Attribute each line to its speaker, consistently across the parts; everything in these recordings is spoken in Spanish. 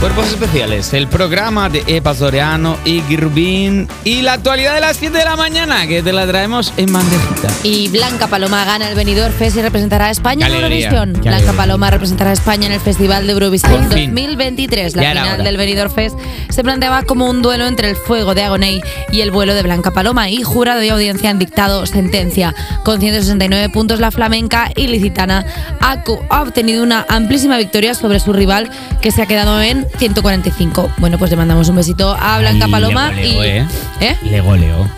Speaker 1: Cuerpos Especiales, el programa de Epa Soriano y Girbin y la actualidad de las 7 de la mañana que te la traemos en bandejita.
Speaker 2: Y Blanca Paloma gana el venidor Fest y representará a España
Speaker 1: Qué
Speaker 2: en
Speaker 1: alegría,
Speaker 2: Eurovisión.
Speaker 1: qué
Speaker 2: Blanca
Speaker 1: alegría.
Speaker 2: Paloma representará a España en el Festival de Eurovisión
Speaker 1: Por fin.
Speaker 2: 2023. La
Speaker 1: Ya era
Speaker 2: final
Speaker 1: hora.
Speaker 2: del venidor Fest se planteaba como un duelo entre el fuego de Agoney y el vuelo de Blanca Paloma y jurado de audiencia han dictado sentencia. Con 169 puntos la flamenca ilicitana ha, co- ha obtenido una amplísima victoria sobre su rival que se ha quedado en 145. Bueno, pues le mandamos un besito a Blanca
Speaker 1: Ay,
Speaker 2: Paloma
Speaker 1: le goleó,
Speaker 2: y...
Speaker 1: ¿eh?
Speaker 2: ¿Eh?
Speaker 1: Le goleó,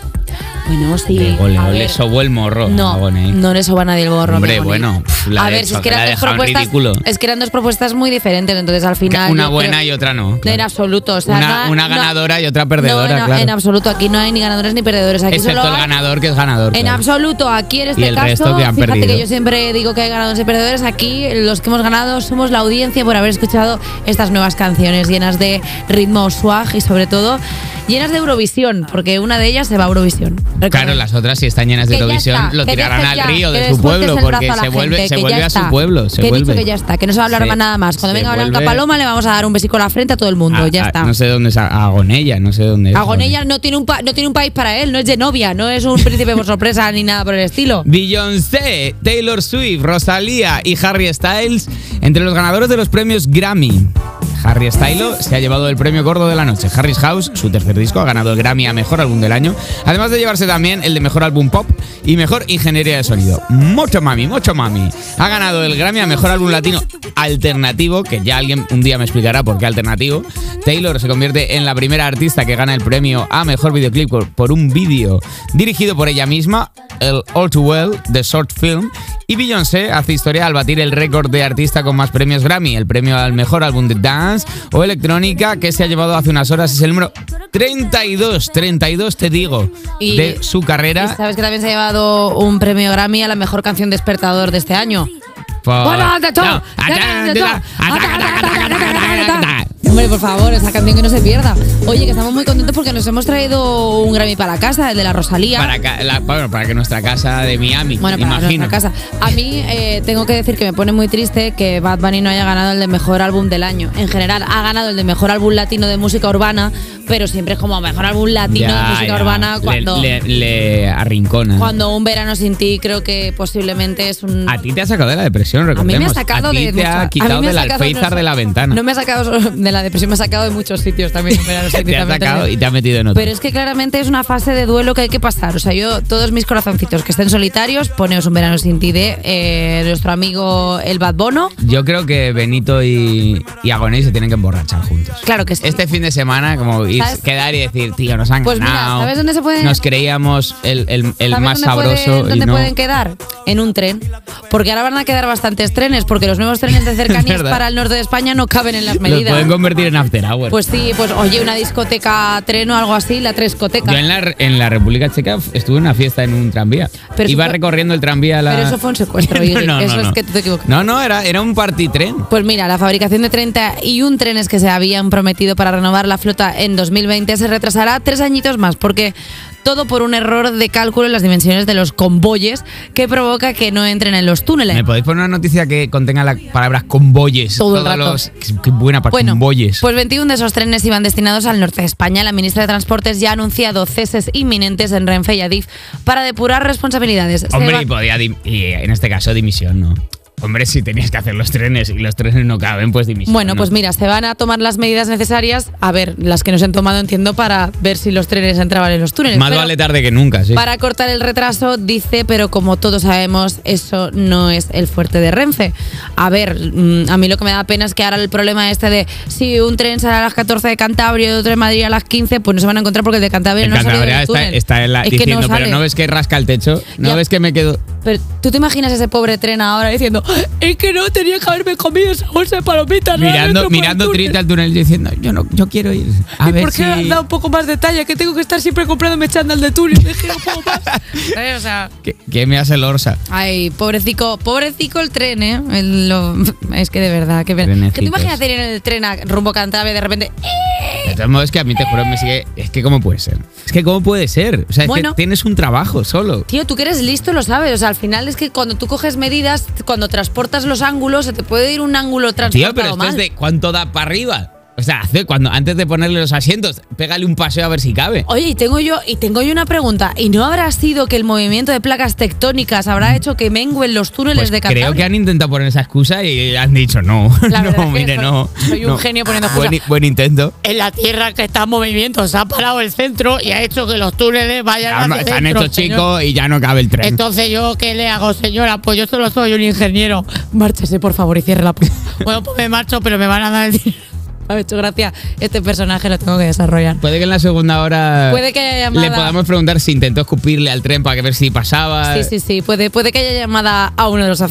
Speaker 2: Bueno, sí.
Speaker 1: le
Speaker 2: a
Speaker 1: goleó,
Speaker 2: ver.
Speaker 1: le sobó el morro. a
Speaker 2: No,
Speaker 1: Boney.
Speaker 2: no le soba a nadie el gorro.
Speaker 1: Hombre,
Speaker 2: Megoni.
Speaker 1: bueno, pf, la
Speaker 2: a
Speaker 1: de
Speaker 2: ver, si es
Speaker 1: hecho,
Speaker 2: que
Speaker 1: que la
Speaker 2: eran dos
Speaker 1: dejaron
Speaker 2: propuestas,
Speaker 1: ridículo.
Speaker 2: es que eran dos propuestas muy diferentes, entonces al final.
Speaker 1: Una
Speaker 2: yo
Speaker 1: buena
Speaker 2: creo-
Speaker 1: y otra no.
Speaker 2: en absoluto, o sea,
Speaker 1: Una-
Speaker 2: nada-
Speaker 1: una
Speaker 2: no-
Speaker 1: ganadora y otra perdedora,
Speaker 2: no, en,
Speaker 1: claro.
Speaker 2: en absoluto, aquí no hay ni ganadores ni perdedores. Aquí
Speaker 1: Excepto
Speaker 2: solo
Speaker 1: el
Speaker 2: hay-
Speaker 1: ganador que es ganador.
Speaker 2: En
Speaker 1: claro.
Speaker 2: absoluto, aquí en este
Speaker 1: el
Speaker 2: caso,
Speaker 1: resto que han
Speaker 2: fíjate
Speaker 1: perdido.
Speaker 2: que yo siempre digo que hay ganadores y perdedores. Aquí los que hemos ganado somos la audiencia por haber escuchado estas nuevas canciones llenas de ritmo swag y sobre todo llenas de Eurovisión, porque una de ellas se va a Eurovisión.
Speaker 1: Claro,
Speaker 2: Recordad.
Speaker 1: las otras si están llenas de
Speaker 2: Que ya
Speaker 1: Eurovisión
Speaker 2: está,
Speaker 1: lo
Speaker 2: que
Speaker 1: tirarán
Speaker 2: dejes
Speaker 1: al
Speaker 2: ya,
Speaker 1: río
Speaker 2: que
Speaker 1: de
Speaker 2: le
Speaker 1: su pueblo
Speaker 2: sueltes el
Speaker 1: porque
Speaker 2: brazo a
Speaker 1: se
Speaker 2: la
Speaker 1: vuelve,
Speaker 2: gente,
Speaker 1: se
Speaker 2: que
Speaker 1: vuelve
Speaker 2: ya
Speaker 1: a su
Speaker 2: está.
Speaker 1: pueblo. Se
Speaker 2: que he
Speaker 1: vuelve.
Speaker 2: dicho que ya está, que no se va a hablar
Speaker 1: Se-
Speaker 2: más nada más. Cuando
Speaker 1: se
Speaker 2: venga Blanca
Speaker 1: vuelve-
Speaker 2: Paloma le vamos a dar un besico en la frente a todo el mundo,
Speaker 1: Ah,
Speaker 2: ya
Speaker 1: ah,
Speaker 2: está.
Speaker 1: No sé dónde es a- Agonella, no sé dónde es.
Speaker 2: Agonella no tiene, un pa- no tiene un país para él, no es Genovia, no es un príncipe por sorpresa ni nada por el estilo.
Speaker 1: Beyoncé, Taylor Swift, Rosalía y Harry Styles entre los ganadores de los premios Grammy. Harry Styles se ha llevado el premio gordo de la noche. Harry's House, su tercer disco, ha ganado el Grammy a Mejor Álbum del Año, además de llevarse también el de Mejor Álbum Pop y Mejor Ingeniería de Sonido. Mucho mami, mucho mami. Ha ganado el Grammy a Mejor Álbum Latino Alternativo, que ya alguien un día me explicará por qué alternativo. Taylor se convierte en la primera artista que gana el premio a Mejor Videoclip por- por un vídeo dirigido por ella misma el All Too Well de Short Film y Beyoncé hace historia al batir el récord de artista con más premios Grammy, el premio al mejor álbum de dance o electrónica que se ha llevado hace unas horas es el número 32, 32 te digo,
Speaker 2: Y-
Speaker 1: de su
Speaker 2: Y
Speaker 1: carrera.
Speaker 2: sabes que también se ha llevado un premio Grammy a la mejor canción despertador de este año.
Speaker 1: Por-
Speaker 2: Bueno, ante todo,
Speaker 1: Oh. No,
Speaker 2: ante
Speaker 1: ante-
Speaker 2: todo.
Speaker 1: ataca, ataca, ataca, ataca, ataca, ataca.
Speaker 2: Hombre, por favor, esa canción que no se pierda. Oye, que estamos muy contentos porque nos hemos traído un Grammy para casa, el de la Rosalía.
Speaker 1: Para, ca- la- bueno, para que nuestra casa de Miami,
Speaker 2: Bueno, para
Speaker 1: imagino.
Speaker 2: nuestra casa. A mí eh, tengo que decir que me pone muy triste que Bad Bunny no haya ganado el de mejor álbum del año. En general, ha ganado el de mejor álbum latino de música urbana, pero siempre es como mejor álbum latino de
Speaker 1: Ya,
Speaker 2: música
Speaker 1: ya.
Speaker 2: urbana
Speaker 1: Le-
Speaker 2: cuando,
Speaker 1: le, le arrincona.
Speaker 2: cuando un verano sin ti creo que posiblemente es un...
Speaker 1: A ti te ha sacado de la depresión,
Speaker 2: A
Speaker 1: recordemos.
Speaker 2: mí me ha sacado
Speaker 1: A ti
Speaker 2: de
Speaker 1: te
Speaker 2: mucho- a
Speaker 1: ha
Speaker 2: mí
Speaker 1: quitado
Speaker 2: me ha
Speaker 1: del
Speaker 2: sacado
Speaker 1: alféizar
Speaker 2: no-
Speaker 1: de la ventana.
Speaker 2: No me ha sacado solo de la depresión, me ha sacado de muchos sitios también. un verano sin ti
Speaker 1: te ha
Speaker 2: también
Speaker 1: sacado
Speaker 2: tenía.
Speaker 1: y te ha metido en otro.
Speaker 2: Pero es que claramente es una fase de duelo que hay que pasar. O sea, yo, todos mis corazoncitos que estén solitarios, poneos un verano sin ti de eh, nuestro amigo el Bad Bono.
Speaker 1: Yo creo que Benito y, y Agoné se tienen que emborrachar juntos.
Speaker 2: Claro que sí.
Speaker 1: Este fin de semana, como ir-
Speaker 2: ¿Sabes?
Speaker 1: quedar y decir, tío, nos han
Speaker 2: Pues mira,
Speaker 1: ganado.
Speaker 2: ¿sabes dónde se puede-
Speaker 1: Nos creíamos el, el- el
Speaker 2: ¿Sabes
Speaker 1: más
Speaker 2: dónde pueden-
Speaker 1: sabroso. y
Speaker 2: ¿Dónde
Speaker 1: no.
Speaker 2: pueden quedar? En un tren. Porque ahora van a quedar bastantes trenes, porque los nuevos trenes de cercanías
Speaker 1: verdad.
Speaker 2: para el norte de España no caben en las
Speaker 1: Los
Speaker 2: medidas.
Speaker 1: pueden convertir en after hour.
Speaker 2: Pues sí, pues oye, una discoteca tren o algo así, la trescoteca.
Speaker 1: Yo en la, en la República Checa estuve en una fiesta en un tranvía.
Speaker 2: Pero eso
Speaker 1: Iba
Speaker 2: fue-
Speaker 1: recorriendo el tranvía a la...
Speaker 2: Pero eso fue un secuestro, Iggy. Eso es que tú te equivocas.
Speaker 1: No, no, era, era un party tren.
Speaker 2: Pues mira, la fabricación de 31 trenes que se habían prometido para renovar la flota en 2020 se retrasará tres añitos más, porque todo por un error de cálculo en las dimensiones de los convoyes que provoca que no entren en los túneles.
Speaker 1: ¿Me podéis poner una noticia que contenga las palabras convoyes?
Speaker 2: Todo el
Speaker 1: Todos
Speaker 2: rato.
Speaker 1: los- qué- Qué buena para
Speaker 2: Bueno,
Speaker 1: convoyes.
Speaker 2: pues 21 de esos trenes iban destinados al norte de España. La ministra de Transportes ya ha anunciado ceses inminentes en Renfe y Adif para depurar responsabilidades. Se
Speaker 1: Hombre,
Speaker 2: va-
Speaker 1: y podía dim- y en este caso dimisión, ¿no? Hombre, si tenías que hacer los trenes y los trenes no caben, pues dimisión.
Speaker 2: Bueno,
Speaker 1: ¿no?
Speaker 2: pues mira, se van a tomar las medidas necesarias, a ver, las que nos han tomado, entiendo, para ver si los trenes entraban en los túneles.
Speaker 1: Más
Speaker 2: pero
Speaker 1: vale tarde que nunca, sí.
Speaker 2: Para cortar el retraso, dice, pero como todos sabemos, eso no es el fuerte de Renfe. A ver, mm, a mí lo que me da pena es que ahora el problema este de si un tren sale a las 14 de Cantabria y otro de Madrid a las 15, pues no se van a encontrar porque el de Cantabria
Speaker 1: En
Speaker 2: no ha salido
Speaker 1: Cantabria
Speaker 2: del
Speaker 1: está,
Speaker 2: túnel.
Speaker 1: está en la-
Speaker 2: Es que
Speaker 1: diciendo, pero
Speaker 2: sale".
Speaker 1: no ves que rasca el techo, no
Speaker 2: Ya.
Speaker 1: ves que me quedo.
Speaker 2: Pero, tú te imaginas ese pobre tren ahora diciendo, es que no tenía que haberme comido esa bolsa de palomitas. no era
Speaker 1: Mirando,
Speaker 2: dentro por el
Speaker 1: mirando
Speaker 2: túnel".
Speaker 1: triste al túnel diciendo, yo no, yo quiero ir. A
Speaker 2: ¿Y
Speaker 1: ver
Speaker 2: por qué
Speaker 1: si-
Speaker 2: has dado un poco más de talla? Que tengo que estar siempre comprando chándal de túnel. Es que no puedo más. ¿Sabes? O sea,
Speaker 1: ¿Qué, qué me hace el Orsa?
Speaker 2: Ay, pobrecico, pobrecico el tren, ¿eh? El- lo- es que de verdad, que,
Speaker 1: Trenecitos.
Speaker 2: que te imaginas ir en el tren a rumbo Cantabria y de repente... ¡eh!
Speaker 1: De todos modos, que a mí te juro, me sigue. Es que, ¿cómo puede ser? Es que, ¿cómo puede ser? O sea, es
Speaker 2: Bueno.
Speaker 1: que tienes un trabajo solo.
Speaker 2: Tío, tú que eres listo lo sabes. O sea, al final es que cuando tú coges medidas, cuando transportas los ángulos, se te puede ir un ángulo
Speaker 1: Tío,
Speaker 2: transportado
Speaker 1: pero esto
Speaker 2: mal.
Speaker 1: es de cuánto da para arriba. O sea, hace cuando antes de ponerle los asientos, pégale un paseo a ver si cabe.
Speaker 2: Oye, y tengo yo, y tengo yo una pregunta. ¿Y no habrá sido que el movimiento de placas tectónicas habrá hecho que menguen los túneles
Speaker 1: Pues
Speaker 2: de Cantabria?
Speaker 1: creo que han intentado poner esa excusa y han dicho no.
Speaker 2: La verdad
Speaker 1: no,
Speaker 2: es que
Speaker 1: mire,
Speaker 2: soy-
Speaker 1: no.
Speaker 2: soy un
Speaker 1: no. Ah,
Speaker 2: genio poniendo
Speaker 1: Buen,
Speaker 2: excusas.
Speaker 1: buen intento.
Speaker 3: En la tierra que está en movimiento se ha parado el centro y ha hecho que los túneles vayan
Speaker 1: Han-
Speaker 3: hacia
Speaker 1: Se han
Speaker 3: dentro,
Speaker 1: hecho
Speaker 3: señor.
Speaker 1: chicos y ya no cabe el tren.
Speaker 3: Entonces, ¿yo qué le hago, señora? Pues yo solo soy un ingeniero.
Speaker 2: Márchese, por favor, y cierre la puerta.
Speaker 3: Bueno, pues me marcho, pero me van a dar el dinero.
Speaker 2: Me ha hecho gracia. Este personaje lo tengo que desarrollar.
Speaker 1: Puede que en la segunda hora
Speaker 2: Puede que haya llamada.
Speaker 1: le podamos preguntar si intentó escupirle al tren para que ver si pasaba.
Speaker 2: Sí, sí, sí. Puede, puede que haya llamada a uno de los